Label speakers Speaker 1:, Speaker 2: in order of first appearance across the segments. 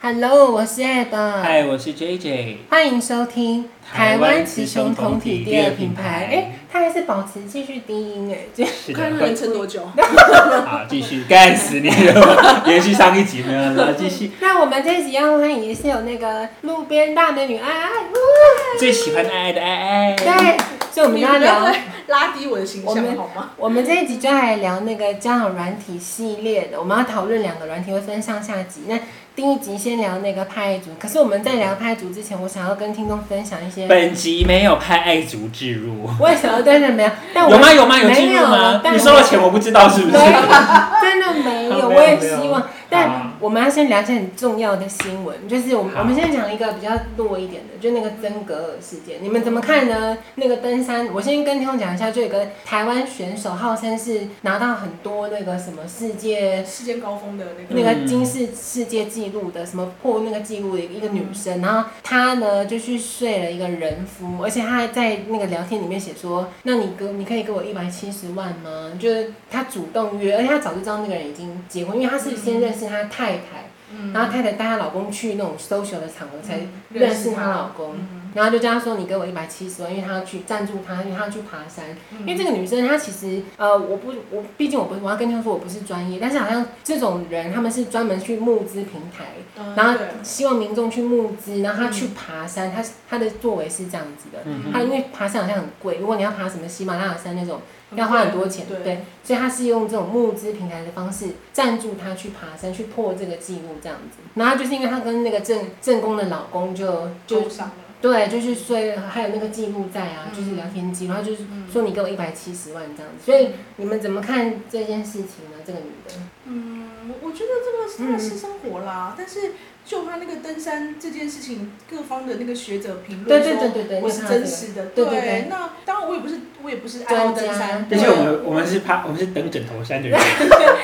Speaker 1: Hello，我是 Ed，
Speaker 2: 嗨，我是 JJ。
Speaker 1: 欢迎收听
Speaker 2: 台湾雌雄同体第二品
Speaker 1: 哎
Speaker 2: 牌、
Speaker 1: 它还是保持继续低音哎、这
Speaker 2: 是
Speaker 3: 看
Speaker 2: 的，
Speaker 3: 能撑多久？
Speaker 2: 好，继续干死你了！延续上一集没有了，继续。
Speaker 1: 那我们这一集要欢迎也是有那个路边大美女爱爱，呜
Speaker 2: 最喜欢爱爱的爱爱，
Speaker 1: 对，所以我们
Speaker 3: 你
Speaker 1: 就
Speaker 3: 不
Speaker 1: 要
Speaker 3: 要
Speaker 1: 聊，
Speaker 3: 再拉低我的形
Speaker 1: 我们
Speaker 3: 象好吗？
Speaker 1: 我们这一集就要来聊那个交友软体系列的，我们要讨论两个软体，会分上下集。那第一集先聊那个派族，可是我们在聊派族之前，我想要跟听众分享一些。
Speaker 2: 本集没有派爱族置入，
Speaker 1: 为什么？真的没有？但我
Speaker 2: 有吗？有吗？有置
Speaker 1: 没
Speaker 2: 入
Speaker 1: 有
Speaker 2: 吗？
Speaker 1: 但
Speaker 2: 你
Speaker 1: 我
Speaker 2: 收了钱，我不知道是不是？
Speaker 1: 没有， 真的没有，
Speaker 2: 好
Speaker 1: 我也
Speaker 2: 没有
Speaker 1: 希
Speaker 2: 没
Speaker 1: 望
Speaker 2: 有。
Speaker 1: 但
Speaker 2: 好
Speaker 1: 我们要先聊一些很重要的新闻，就是我们
Speaker 2: 好
Speaker 1: 我们先讲一个比较弱一点的，就那个曾格尔事件，你们怎么看呢？那个登山，我先跟听众讲一下，就有一个台湾选手号称是拿到很多那个什么世界。
Speaker 3: 世界高峰的那
Speaker 1: 那
Speaker 3: 个，
Speaker 1: 个金世世界纪录的什么破那个纪录的一个女生，然后她呢就去睡了一个人夫，而且她还在那个聊天里面写说，那你给你可以给我一百七十万吗？就是她主动约，而且她早就知道那个人已经结婚，因为她是先认识她太太，
Speaker 3: 嗯
Speaker 1: 然后太太带她老公去那种 social 的场合才
Speaker 3: 嗯
Speaker 1: 认识她老公。
Speaker 3: 嗯
Speaker 1: 然后就叫她说：“你给我一百七十万，因为她要去赞助她，因为她要去爬山。因为这
Speaker 3: 个
Speaker 1: 个女生她其实呃，我不我毕竟我不我要跟她说我不是专业，但是好像这种人他们是专门去募资平台，
Speaker 3: 嗯
Speaker 1: 然后希望民众去募资，然后她去爬山，她她的作为是这样子的。
Speaker 2: 嗯
Speaker 1: 她因为爬山好像很贵，如果你要爬什么喜马拉雅山那种，要花很多钱，
Speaker 3: 嗯对，
Speaker 1: 对，所以她是用这种募资平台的方式赞助她去爬山，去破这个记录这样子。然后就是因为她跟那个正正宫的老公就就
Speaker 3: 就上了，
Speaker 1: 对，就是睡，还有那个记录在啊，
Speaker 3: 嗯
Speaker 1: 就是聊天记录，然后就是
Speaker 3: 嗯
Speaker 1: 说你给我一百七十万这样子，所以你们怎么看这件事情呢？这个女的，
Speaker 3: 嗯，我觉得这个是他的私生活
Speaker 1: 嗯
Speaker 3: 啦，但是就他那个登山这件事情，各方的那个学者评
Speaker 1: 对
Speaker 3: 论
Speaker 1: 对
Speaker 3: 说
Speaker 1: 对对对，
Speaker 3: 我
Speaker 1: 你
Speaker 3: 是
Speaker 1: 看到这
Speaker 3: 真
Speaker 1: 个，
Speaker 3: 实的，
Speaker 1: 对对对
Speaker 3: 那当然我也不是我也不是爱好登山，
Speaker 1: 专家
Speaker 2: 而
Speaker 3: 对
Speaker 2: 且我们我们是怕我们是等枕头山的人，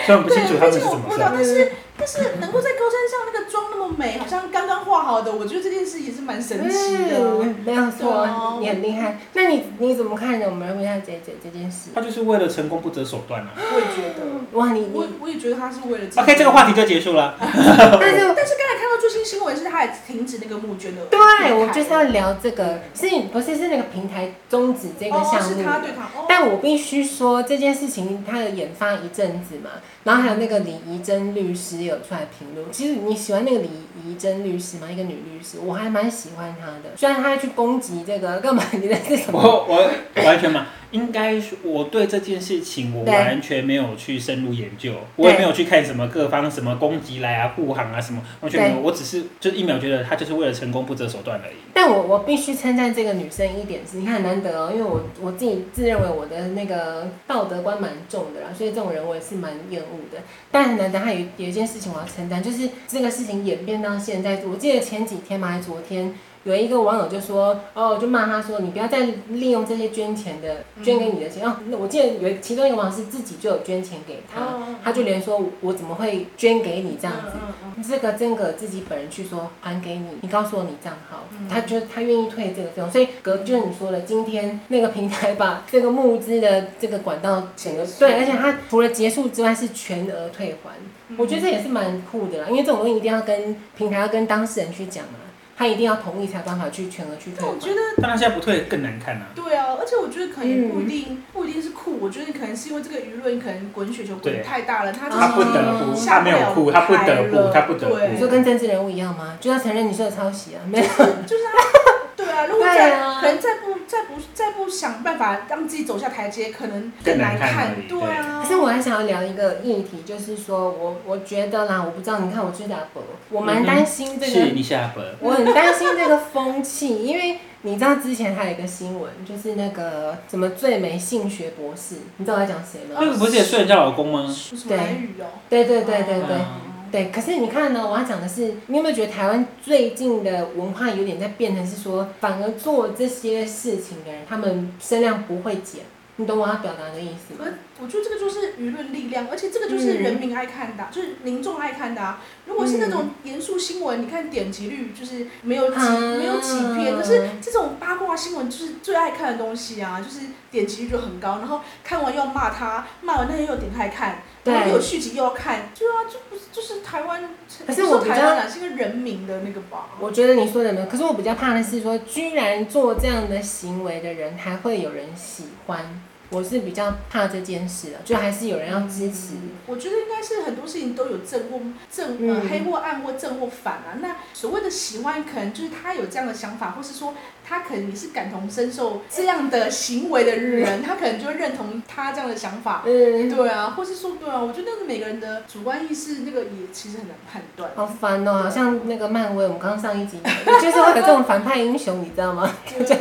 Speaker 2: 所以我们不清楚
Speaker 3: 对，
Speaker 2: 他
Speaker 3: 毕
Speaker 2: 们是
Speaker 3: 竟我
Speaker 2: 怎
Speaker 3: 不
Speaker 2: 么
Speaker 3: 知道，
Speaker 2: 上。
Speaker 3: 但是但是能够在高山上那个妆那么美，好像刚刚画好的，我觉得这件事也是蛮神奇的。
Speaker 1: 嗯，没有
Speaker 3: 对啊
Speaker 1: 错，你很厉害。那你你怎么看呢？我们问一下姐姐这件事。
Speaker 2: 他就是为了成功不择手段啊。
Speaker 3: 我也觉得，
Speaker 1: 哇，你
Speaker 3: 我
Speaker 1: 你，
Speaker 3: 我也觉得他是为了自己
Speaker 2: OK，这个话题就结束了。
Speaker 1: 但 是
Speaker 3: 但是刚才看到最新新闻是，他也停止那个募捐的平台。
Speaker 1: 对我就是要聊这个，是不是是那个平台终止这个
Speaker 3: 哦，
Speaker 1: 项
Speaker 3: 是
Speaker 1: 目？
Speaker 3: 他对他，哦，
Speaker 1: 但我必须说这件事情，它的研发一阵子嘛，然后还有那个李怡珍律师有出来评论。其实你喜欢那个李怡珍律师吗？一个女律师，我还蛮喜欢她的。虽然她去攻击这个，干嘛？你在这什
Speaker 2: 我
Speaker 1: 么？
Speaker 2: 我完全嘛，应该是我对这件事情我
Speaker 1: 对
Speaker 2: 完全没有去深入研究，我也
Speaker 1: 对
Speaker 2: 没有去看什么各方什么攻击来啊、护航啊什么，完全没有。我只是就是一秒觉得他就是为了成功不择手段而已。
Speaker 1: 但我我必须称赞这个女生一点是，你看难得哦，因为我我自己自认为我的那个道德观蛮重的啦，所以这种人我也是蛮厌恶的。但很难得她有有一件事情我要称赞，就是这个事情演变到现在，我记得前几天嘛，还是昨天。有一个网友就说，哦，就骂他说，你不要再利用这些捐钱的
Speaker 3: 嗯
Speaker 1: 捐给你的钱。哦，那我记得有其中一个网友是自己就有捐钱给他，
Speaker 3: 哦
Speaker 1: 他就连说，我怎么会捐给你这样子？
Speaker 3: 嗯嗯
Speaker 1: 这个真格自己本人去说还给你，你告诉我你账号，
Speaker 3: 嗯
Speaker 1: 他就他愿意退这个费用，所以格就是你说的，今天那个平台把这个募资的这个管道整个
Speaker 3: 结束
Speaker 1: 对，而且他除了结束之外是全额退还，
Speaker 3: 嗯
Speaker 1: 我觉得这也是蛮酷的啦，因为这种东西一定要跟平台要跟当事人去讲嘛，他一定要同意才有办法去全额去退
Speaker 3: 但
Speaker 1: 还
Speaker 3: 我。觉得。
Speaker 2: 但他现在不退更难看啊。
Speaker 3: 对啊，而且我觉得可能也不一
Speaker 1: 嗯
Speaker 3: 定、不一定是酷，我觉得可能是因为这个舆论可能滚雪球滚
Speaker 2: 对
Speaker 3: 太大了，他就
Speaker 2: 他不得不，他
Speaker 3: 是下
Speaker 2: 没有哭，
Speaker 3: 了
Speaker 2: 他不
Speaker 3: 台
Speaker 2: 得不，
Speaker 3: 了
Speaker 2: 他不得
Speaker 3: 对
Speaker 1: 你
Speaker 2: 不
Speaker 1: 说。跟政治人物一样吗？就要承认你是有抄袭啊？没有，
Speaker 3: 就是他，对啊，如果
Speaker 1: 对
Speaker 3: 再、
Speaker 1: 啊
Speaker 3: 可能再不再不再不想办法让自己走下台阶，可能
Speaker 2: 更难
Speaker 3: 难
Speaker 2: 看而已
Speaker 3: 对啊
Speaker 1: 可，是我还想要聊一个议题，就是说我我觉得啦，我不知道，你看我去打博，我
Speaker 3: 嗯
Speaker 1: 蛮担心这个。
Speaker 2: 是你下本，
Speaker 1: 我很担心这个风气，因为你知道之前还有一个新闻，就是那个什么最美性学博士，你知道我在讲谁吗？
Speaker 3: 嗯
Speaker 2: 那个不是也睡人家老公吗？
Speaker 3: 什么蓝雨哦，
Speaker 1: 对对对对对。
Speaker 2: 嗯
Speaker 1: 对，可是你看呢，我要讲的是，你有没有觉得台湾最近的文化有点在变成是说，反而做这些事情的人，他们声量不会减，你懂我要表达的意思
Speaker 3: 可
Speaker 1: 吗？
Speaker 3: 是我觉得这个就是舆论力量，而且这个就是人民爱看的啊、就是民众爱看的啊。如果是那种严肃新闻，你看点击率就是没有几、没有几篇，
Speaker 1: 啊
Speaker 3: 可是这种八卦新闻就是最爱看的东西啊，就是点击率就很高，然后看完又要骂他，骂完那天又点开看，
Speaker 1: 对
Speaker 3: 然后又有续集又要看，对啊，就不是就是台湾，
Speaker 1: 可是我
Speaker 3: 不
Speaker 1: 比
Speaker 3: 说
Speaker 1: 较
Speaker 3: 台湾啊，是一个人民的那个吧。
Speaker 1: 我觉得你说的呢，可是我比较怕的是说，居然做这样的行为的人还会有人喜欢，我是比较怕这件事啊的，就还是有人要支持。
Speaker 3: 我觉得应该是很多事情都有正或正呃
Speaker 1: 嗯
Speaker 3: 黑或暗或正或反啊。那所谓的喜欢，可能就是他有这样的想法，或是说他可能也是感同身受这样的行为的人，他可能就会认同他这样的想法。
Speaker 1: 嗯，
Speaker 3: 对啊，或是说对啊，我觉得那个每个人的主观意识那个也其实很难判断。
Speaker 1: 好烦哦、好像那个漫威，我们刚刚上一集讲的，就是会有这种反派英雄，你知道 吗？就是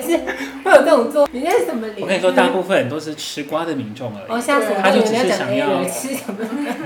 Speaker 1: 会有这种做，你那是什么脸？
Speaker 2: 我跟你说，大部分人都是吃瓜的民众而
Speaker 1: 哦，
Speaker 2: 已，
Speaker 1: 吓死我！
Speaker 2: 他就只
Speaker 1: 你要
Speaker 2: 是
Speaker 1: 讲
Speaker 2: 想要
Speaker 1: A 吃什么？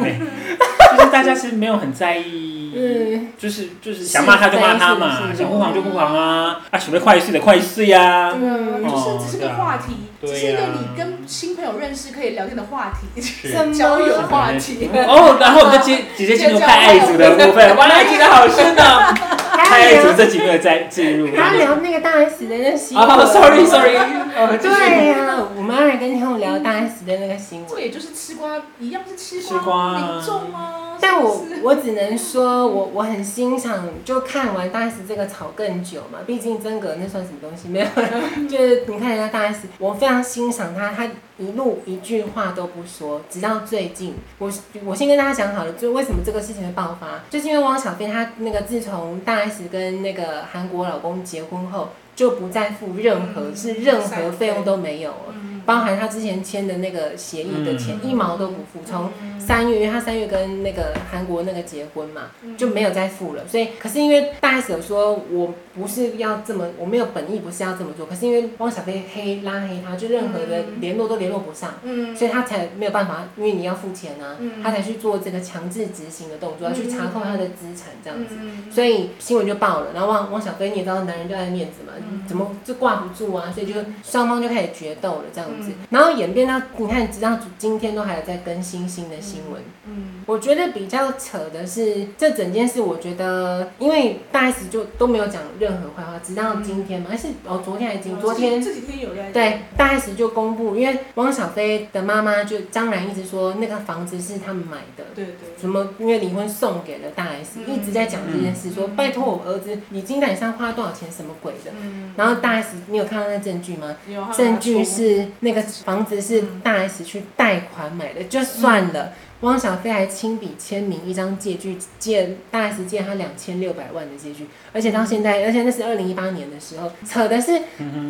Speaker 2: 就是大家是没有很在意，
Speaker 1: 嗯
Speaker 2: 就是就是想骂他就骂他
Speaker 1: 是
Speaker 2: 嘛，
Speaker 1: 是是
Speaker 2: 想护航就护航啊，啊，想被快睡的快睡呀，
Speaker 1: 嗯
Speaker 3: 嗯，就是只是
Speaker 2: 哦对
Speaker 3: 个
Speaker 2: 啊
Speaker 3: 话题，
Speaker 2: 对
Speaker 3: 只是一个
Speaker 2: 啊
Speaker 3: 你跟新朋友认识可以聊天的话题，
Speaker 2: 是
Speaker 1: 什么
Speaker 3: 交友话题。
Speaker 2: 哦，然后我们就接直接进入太爱组的部分， 哇，爱情的好深哦，太
Speaker 1: 还
Speaker 2: 爱
Speaker 1: 有
Speaker 2: 组
Speaker 1: 聊，
Speaker 2: 这几个在进入。
Speaker 1: 还聊那个大 S 的那新闻。
Speaker 2: 哦，sorry sorry，哦，继续
Speaker 1: 对呀、我们要来跟听众聊大 S 的那个新
Speaker 3: 这
Speaker 1: 闻。
Speaker 3: 也就是吃瓜，一样是吃
Speaker 2: 吃瓜啊
Speaker 3: 民众啊。
Speaker 1: 但我
Speaker 3: 是不是
Speaker 1: 我只能说我我很欣赏，就看完大 S 这个吵更久嘛，毕竟真格那算什么东西？ 没有，就是你看人家大 S，我非常欣赏她，她一路一句话都不说，直到最近，我我先跟大家讲好了，就为什么这个事情会爆发，就是因为汪小菲她那个自从大 S 跟那个韩国老公结婚后，就不再付任何
Speaker 3: 嗯
Speaker 1: 是任何费用都没有了，
Speaker 3: 嗯
Speaker 1: 包含她之前签的那个协议的钱、
Speaker 3: 嗯
Speaker 1: 一毛都不付，从
Speaker 3: 嗯
Speaker 1: 三月，因为他三月跟那个韩国那个结婚嘛，
Speaker 3: 嗯
Speaker 1: 就没有再付了。所以，可是因为大 S 有说我不是要这么，我没有本意不是要这么做，可是因为汪小菲黑拉黑他，就任何的
Speaker 3: 嗯
Speaker 1: 联络都联络不上。
Speaker 3: 嗯
Speaker 1: 所以他才没有办法，因为你要付钱啊，
Speaker 3: 嗯
Speaker 1: 他才去做这个强制执行的动作，要去查扣他的资产这样子。
Speaker 3: 嗯
Speaker 1: 所以新闻就爆了，然后汪汪小菲你也知道，男人就爱面子嘛，
Speaker 3: 嗯
Speaker 1: 怎么就挂不住啊？所以就双方就开始决斗了这样子，
Speaker 3: 嗯
Speaker 1: 然后演变到你看，直到今天都还有在更新新的新闻。
Speaker 3: 嗯
Speaker 1: 我觉得比较扯的是，这整件事，我觉得因为大 S 就都没有讲任何坏话，直到今天嘛，还是哦昨天还是今昨天
Speaker 3: 这几天有在
Speaker 1: 对，大 S 就公布，因为汪小菲的妈妈就张然一直说那个房子是他们买的，
Speaker 3: 对对
Speaker 1: 什么因为离婚送给了大 S，、
Speaker 3: 嗯
Speaker 1: 一直在讲这件事，说
Speaker 3: 嗯
Speaker 1: 拜托我儿子你金蛋上花多少钱，什么鬼的。
Speaker 3: 嗯
Speaker 1: 然后大 S，你有看到那证据吗？
Speaker 3: 有他
Speaker 1: 证
Speaker 3: 拿
Speaker 1: 据
Speaker 3: 出
Speaker 1: 是那个房子是大 S 去贷款买的，就算了。汪小菲还亲笔签名一张借据，借大 S 借他两千六百万的借据，而且到现在，而且那是二零一八年的时候，扯的是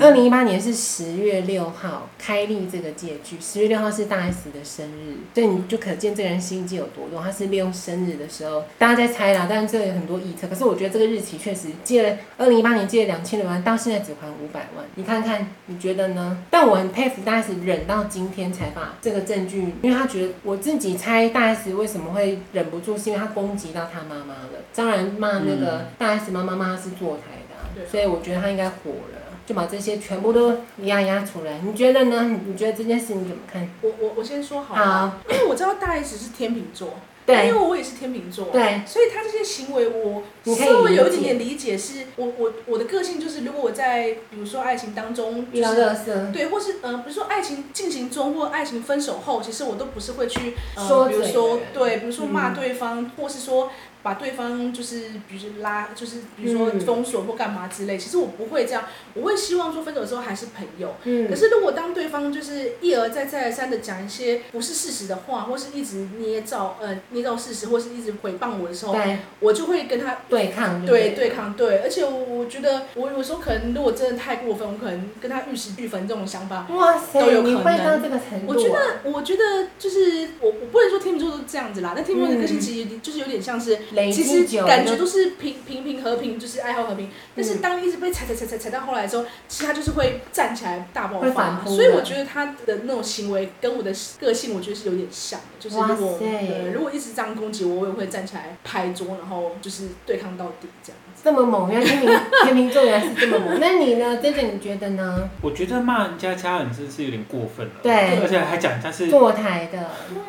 Speaker 1: 二零一八年是十月六号开立这个借据，十月六号是大 S 的生日，所以你就可见这个人心机有多重。他是利用生日的时候，大家在猜啦，但是这有很多臆测。可是我觉得这个日期确实借了二零一八年借了两千六万，到现在只还五百万，你看看，你觉得呢？但我很佩服大 S 忍到今天才把这个证据，因为他觉得我自己猜大 S 为什么会忍不住，是因为他攻击到他妈妈了，当然骂那个大 S 妈妈妈是坐台的啊、
Speaker 3: 对啊
Speaker 1: 所以我觉得他应该火了。就把这些全部都压压出来。你觉得呢？你你觉得这件事你怎么看？
Speaker 3: 我我我先说好啊
Speaker 1: 好
Speaker 3: 了，因为我知道大 S 是天秤座，但因
Speaker 1: 对
Speaker 3: 为我也是天秤座，
Speaker 1: 对，
Speaker 3: 所以他这些行为我
Speaker 1: 你可以
Speaker 3: 稍微有
Speaker 1: 理
Speaker 3: 一点
Speaker 1: 解
Speaker 3: 点理解是，我我我的个性就是，如果我在比如说爱情当中，
Speaker 1: 遇
Speaker 3: 就
Speaker 1: 到
Speaker 3: 是
Speaker 1: 热色，
Speaker 3: 对，或是呃，比如说爱情进行中或爱情分手后，其实我都不是会去呃，
Speaker 1: 说
Speaker 3: 比如
Speaker 1: 嘴
Speaker 3: 说
Speaker 1: 的人
Speaker 3: 对，比如说
Speaker 1: 嗯
Speaker 3: 骂对方，或是说把对方就是比如拉，就是比
Speaker 1: 嗯
Speaker 3: 如说封锁或干嘛之类。其实我不会这样，我会希望说分手之后还是朋友。
Speaker 1: 嗯
Speaker 3: 可是如果当对方就是一而再再而三的讲一些不是事实的话，或是一直捏造呃捏造事实，或是一直诽谤我的时候，
Speaker 1: 对
Speaker 3: 我就会跟他
Speaker 1: 对抗
Speaker 3: 对
Speaker 1: 不
Speaker 3: 对抗对，而且我我觉得我有时候可能如果真的太过分，我可能跟他玉石俱焚这种想法。
Speaker 1: 哇塞，
Speaker 3: 都有可
Speaker 1: 你
Speaker 3: 能
Speaker 1: 会到这个程度、啊？
Speaker 3: 我觉得，我觉得就是我，我不能说天秤座都这样子啦，但天秤座的个性
Speaker 1: 嗯
Speaker 3: 其实就是有点像是，
Speaker 1: 累
Speaker 3: 其
Speaker 1: 积
Speaker 3: 实
Speaker 1: 久了
Speaker 3: 感
Speaker 1: 就
Speaker 3: 觉都是平平平和平，就是爱好和平。但
Speaker 1: 嗯
Speaker 3: 是当一直被踩踩踩踩踩到后来的时候，其实他就是会站起来大爆
Speaker 1: 会反
Speaker 3: 发。
Speaker 1: 扑的
Speaker 3: 所以我觉得他的那种行为跟我的个性，我觉得是有点像的，就是
Speaker 1: 哇
Speaker 3: 如果
Speaker 1: 塞
Speaker 3: 对如果一直这样攻击我，我也会站起来拍桌，然后就是对抗到底这样子。
Speaker 1: 这么猛，原来天秤 天秤座原来是这么猛。那你呢？珍珍，你觉得呢？
Speaker 2: 我觉得骂人家家人真是有点过分了，
Speaker 1: 对
Speaker 2: 而且还讲人家是，
Speaker 1: 坐台的，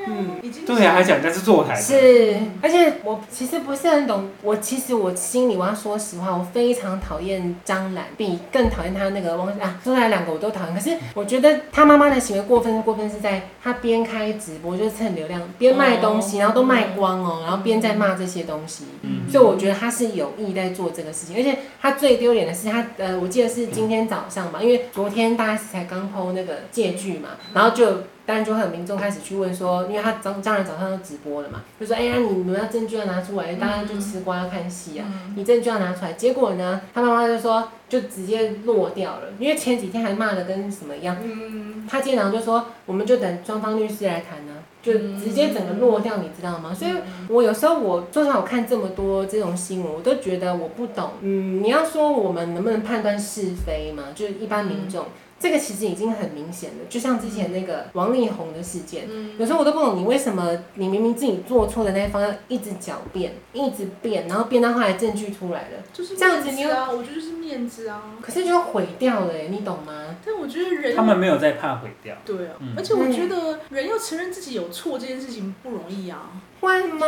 Speaker 3: 嗯，已经
Speaker 2: 对啊，还讲人家是坐台的，
Speaker 1: 是，而且我其实不是很懂。我其实我心里我要说实话，我非常讨厌张兰，比更讨厌她那个汪啊，说来两个我都讨厌。可是我觉得她妈妈的行为过分，过分是在她边开直播就是蹭流量，边卖东西，
Speaker 3: 哦
Speaker 1: 然后都卖光哦，然后边在骂这些东西。
Speaker 2: 嗯
Speaker 1: 所以我觉得他是有意在做这个事情，而且他最丢脸的是他呃，我记得是今天早上吧，因为昨天大 S 才刚剖那个借据嘛，然后就当然就很民众开始去问说，因为他张张然早上就直播了嘛，就说哎呀、你们要证据要拿出来，大家就吃瓜要看戏啊，你证据要拿出来。结果呢，他妈妈就说就直接落掉了，因为前几天还骂的跟什么一样，
Speaker 3: 嗯，
Speaker 1: 他经常就说，我们就等双方律师来谈呢、就直接整个落掉，你知道吗？所以，我有时候我就算我看这么多这种新闻，我都觉得我不懂。嗯，你要说我们能不能判断是非嘛？就是一般民众，这个其实已经很明显了。就像之前那个王力宏的事件，
Speaker 3: 嗯
Speaker 1: 有时候我都不懂你为什么你明明自己做错的那一方要一直狡辩，一直辩，然后辩到后来证据出来了，
Speaker 3: 就是
Speaker 1: 这样子
Speaker 3: 面
Speaker 1: 你
Speaker 3: 子啊，我觉得就是面子啊。
Speaker 1: 可是就毁掉了、欸，你懂吗？
Speaker 3: 但我觉得人
Speaker 2: 他们没有在怕毁掉，
Speaker 3: 对啊
Speaker 2: 嗯，
Speaker 3: 而且我觉得人要承认自己有错这件事情不容易啊，
Speaker 1: 会吗？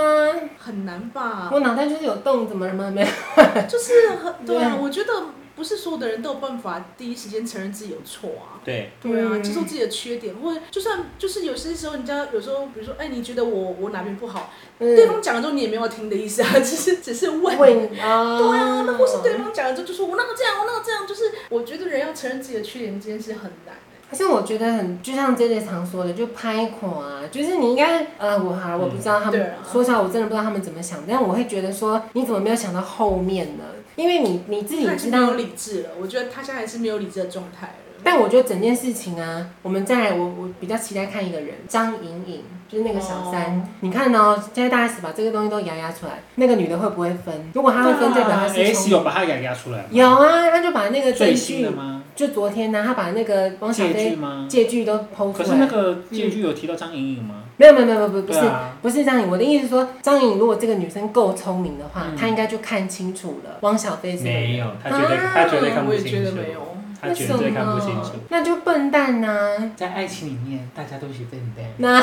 Speaker 3: 很难吧？
Speaker 1: 我脑袋就是有洞，怎么了吗？没有。
Speaker 3: 就是很对啊，
Speaker 1: 对
Speaker 3: 我觉得不是所有的人都有办法第一时间承认自己有错啊。
Speaker 2: 对，
Speaker 3: 对啊，
Speaker 1: 嗯
Speaker 3: 接受自己的缺点，或者就算就是有些时候，人家有时候，比如说，哎，你觉得我我哪边不好，对
Speaker 1: 嗯。
Speaker 3: 方讲了之后你也没有听的意思啊， 只是只是问。
Speaker 1: 问啊，
Speaker 3: 对啊，那或是对方讲了之后就说我那个这样，我那个这样，就是我觉得人要承认自己的缺点这件事很难。
Speaker 1: 可是我觉得很，就像 J J 常说的，就拍款啊，就是你应该，呃，我好了，我不知道他们、
Speaker 3: 对啊
Speaker 1: 说实话，我真的不知道他们怎么想，但我会觉得说，你怎么没有想到后面呢？因为你你自己
Speaker 3: 他还是
Speaker 1: 知
Speaker 3: 没
Speaker 1: 道
Speaker 3: 有理智了，我觉得他现在还是没有理智的状态了。
Speaker 1: 但我觉得整件事情啊，我们再来，我我比较期待看一个人，张莹莹，就是那个小三。
Speaker 3: 哦
Speaker 1: 你看哦，现在大 S 把这个东西都压压出来，那个女的会不会分？如果她会分，代
Speaker 3: 对
Speaker 1: 表她是冲
Speaker 2: S 啊哎有把他给压出来吗？
Speaker 1: 有啊，她就把那个
Speaker 2: 最
Speaker 1: 证
Speaker 2: 新
Speaker 1: 据
Speaker 2: 的，吗？
Speaker 1: 就昨天啊呢、她把那个汪小
Speaker 2: 借
Speaker 1: 菲
Speaker 2: 据吗？
Speaker 1: 借据都剖出
Speaker 2: 可
Speaker 1: 来。
Speaker 2: 是那个借据有提到张莹莹吗？
Speaker 1: 没有没有没有没有不
Speaker 2: 对
Speaker 1: 是、
Speaker 2: 啊，
Speaker 1: 不是张颖，我的意思是说，张颖如果这个女生够聪明的话，
Speaker 2: 嗯
Speaker 1: 她应该就看清楚了汪小菲是个啊人
Speaker 2: 没有，他绝对他绝对看
Speaker 3: 嗯我
Speaker 2: 不
Speaker 3: 也觉
Speaker 2: 清
Speaker 3: 得
Speaker 2: 楚
Speaker 3: 没，有。
Speaker 2: 他绝对看不清楚。，
Speaker 1: 那就笨蛋啊呐、
Speaker 2: 在爱情里面，大家都是笨蛋。
Speaker 1: 哪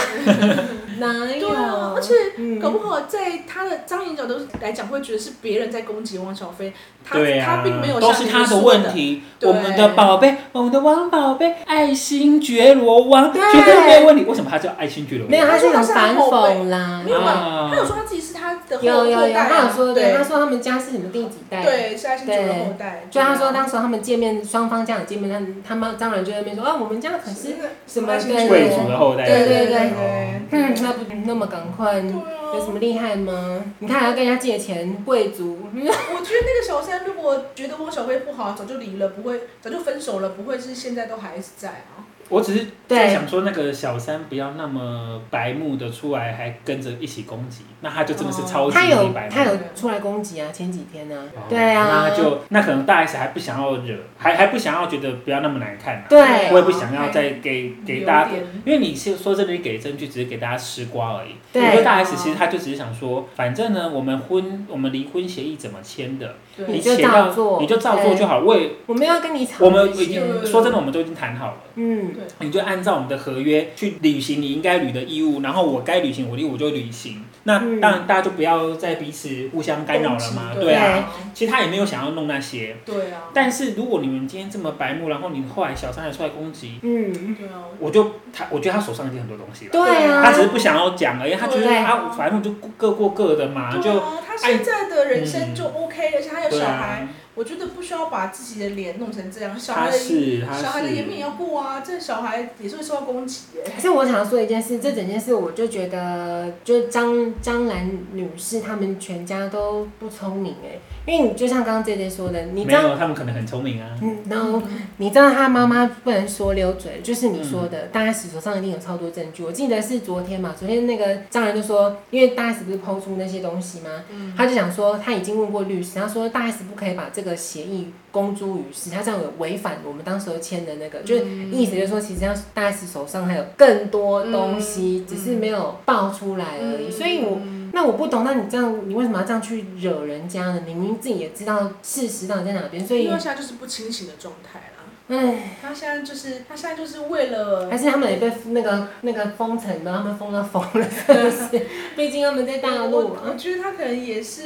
Speaker 1: 哪有？
Speaker 3: 对啊，而且
Speaker 1: 嗯
Speaker 3: 搞不好在他的张眼角度来讲，会觉得是别人在攻击汪小菲，他、
Speaker 2: 对啊，
Speaker 3: 他并没有
Speaker 2: 都
Speaker 3: 像
Speaker 2: 是
Speaker 3: 你
Speaker 2: 他的
Speaker 3: 说
Speaker 2: 问。题。啊
Speaker 3: 对
Speaker 2: 我们的宝贝，我们的王宝贝，爱新觉罗王，
Speaker 1: 对
Speaker 2: 绝对没有问题。为什么他叫爱新觉罗王？
Speaker 1: 没有，
Speaker 3: 他
Speaker 1: 她是
Speaker 3: 说
Speaker 1: 很
Speaker 3: 她是她
Speaker 1: 反
Speaker 3: 后辈
Speaker 1: 讽啦
Speaker 3: 没。有吧？
Speaker 2: 啊
Speaker 3: 他有说他自己是他的后
Speaker 1: 有有
Speaker 3: 后
Speaker 1: 有，
Speaker 3: 代、啊，
Speaker 1: 她有说对，
Speaker 3: 对
Speaker 1: 她说他们家是什么第几代？。
Speaker 3: 对，是爱新觉罗的后代。
Speaker 1: 就她说，
Speaker 3: 对啊
Speaker 1: 当时他们见面，双方家长见面，他他妈张然就在那边说啊，我们家可是什么
Speaker 3: 爱新觉
Speaker 1: 对
Speaker 2: 贵
Speaker 1: 对
Speaker 2: 族的后代。
Speaker 1: 对对对
Speaker 2: 哦
Speaker 3: 对啊
Speaker 1: 嗯，那不那么赶快，有
Speaker 3: 对啊
Speaker 1: 什么厉害吗？你看还要跟人家借钱，贵族，
Speaker 3: 我觉得那个小三如果觉得汪小菲不好，早就离了，不会早就分手了，不会是现在都还是在啊。
Speaker 2: 我只是在
Speaker 1: 对
Speaker 2: 想说，那个小三不要那么白目的出来，还跟着一起攻击，那他就真的是超级
Speaker 1: 哦他
Speaker 2: 无
Speaker 1: 有
Speaker 2: 敌白目
Speaker 1: 他。有出来攻击啊，前几天呢、
Speaker 2: 哦
Speaker 1: 啊，对啊，
Speaker 2: 那就那可能大 S 还不想要惹，还还不想要觉得不要那么难看、啊，
Speaker 1: 对
Speaker 2: 我也不想要再给给大家
Speaker 3: 有点，
Speaker 2: 因为你是说真的，你给证据只是给大家吃瓜而已。
Speaker 1: 对
Speaker 2: 我觉得大 S 其实他就只是想说，反正呢，我们婚我们离婚协议怎么签的，
Speaker 3: 对
Speaker 1: 你就
Speaker 2: 签到
Speaker 1: 照做
Speaker 2: 你就照做
Speaker 1: 对
Speaker 2: 就好。我也
Speaker 1: 我们要跟你吵
Speaker 2: 我们
Speaker 1: 这
Speaker 2: 已
Speaker 1: 些
Speaker 2: 经说真的，我们都已经谈好了。
Speaker 1: 嗯，
Speaker 2: 你就按照我们的合约去履行你应该履的义务，然后我该履行我的义务我就履行。那
Speaker 1: 嗯
Speaker 2: 当然大家就不要再彼此互相干扰了嘛，
Speaker 3: 攻击
Speaker 2: 对啊。
Speaker 1: 对
Speaker 2: 其实他也没有想要弄那些，
Speaker 3: 对啊，
Speaker 2: 但是如果你们今天这么白目，然后你后来小三也出来攻击，
Speaker 1: 嗯，
Speaker 3: 对啊，
Speaker 2: 我就他，我觉得他手上已经很多东西了，
Speaker 1: 对啊，
Speaker 2: 他只是不想要讲而已，他觉得
Speaker 1: 对
Speaker 2: 啊，反正就各过各的嘛，
Speaker 3: 对
Speaker 2: 就嗯
Speaker 3: 啊，他现在的人生就 OK，而且他有
Speaker 2: 对
Speaker 3: 小孩
Speaker 2: 啊，，
Speaker 3: 我觉得不需要把自己的脸弄成这样，小
Speaker 2: 他
Speaker 3: 孩的
Speaker 2: 是他
Speaker 3: 小孩的颜面也
Speaker 2: 是，
Speaker 3: 要过啊，这小孩也是会受到攻击耶。
Speaker 1: 可是我想说一件事，这整件事我就觉得，就是张张兰女士她们全家都不聪明哎、因为你就像刚刚姐姐说的，你
Speaker 2: 没
Speaker 1: 知道
Speaker 2: 有他们可能很聪明啊，
Speaker 1: 嗯，然后你知道他妈妈不能说溜
Speaker 3: 嗯
Speaker 1: 嘴，就是你说的，大 S 手上一定有超多证据。我记得是昨天嘛，昨天那个张然就说，
Speaker 3: 嗯
Speaker 1: 因为大 S 不是抛出那些东西吗？他就想说他已经问过律师，他说大 S 不可以把这个个协议公诸于世，他这样有违反我们当时候签的那
Speaker 3: 嗯
Speaker 1: 个，就是意思就是说，其实要大 S 手上还有更多东西，
Speaker 3: 嗯
Speaker 1: 只是没有爆出来而已。
Speaker 3: 嗯
Speaker 1: 所以我那我不懂，那你这样，你为什么要这样去惹人家呢？你明明自己也知道事实到底在哪边，所以
Speaker 3: 因为，现在就是不清醒的状态啦。
Speaker 1: 唉，
Speaker 3: 他现在就是他现在就是为了
Speaker 1: 还是他们也被那个那个封城的，他们封到疯了， 是不是？毕竟他们在大陆
Speaker 3: 我我
Speaker 1: 啊，
Speaker 3: 觉得他可能也是，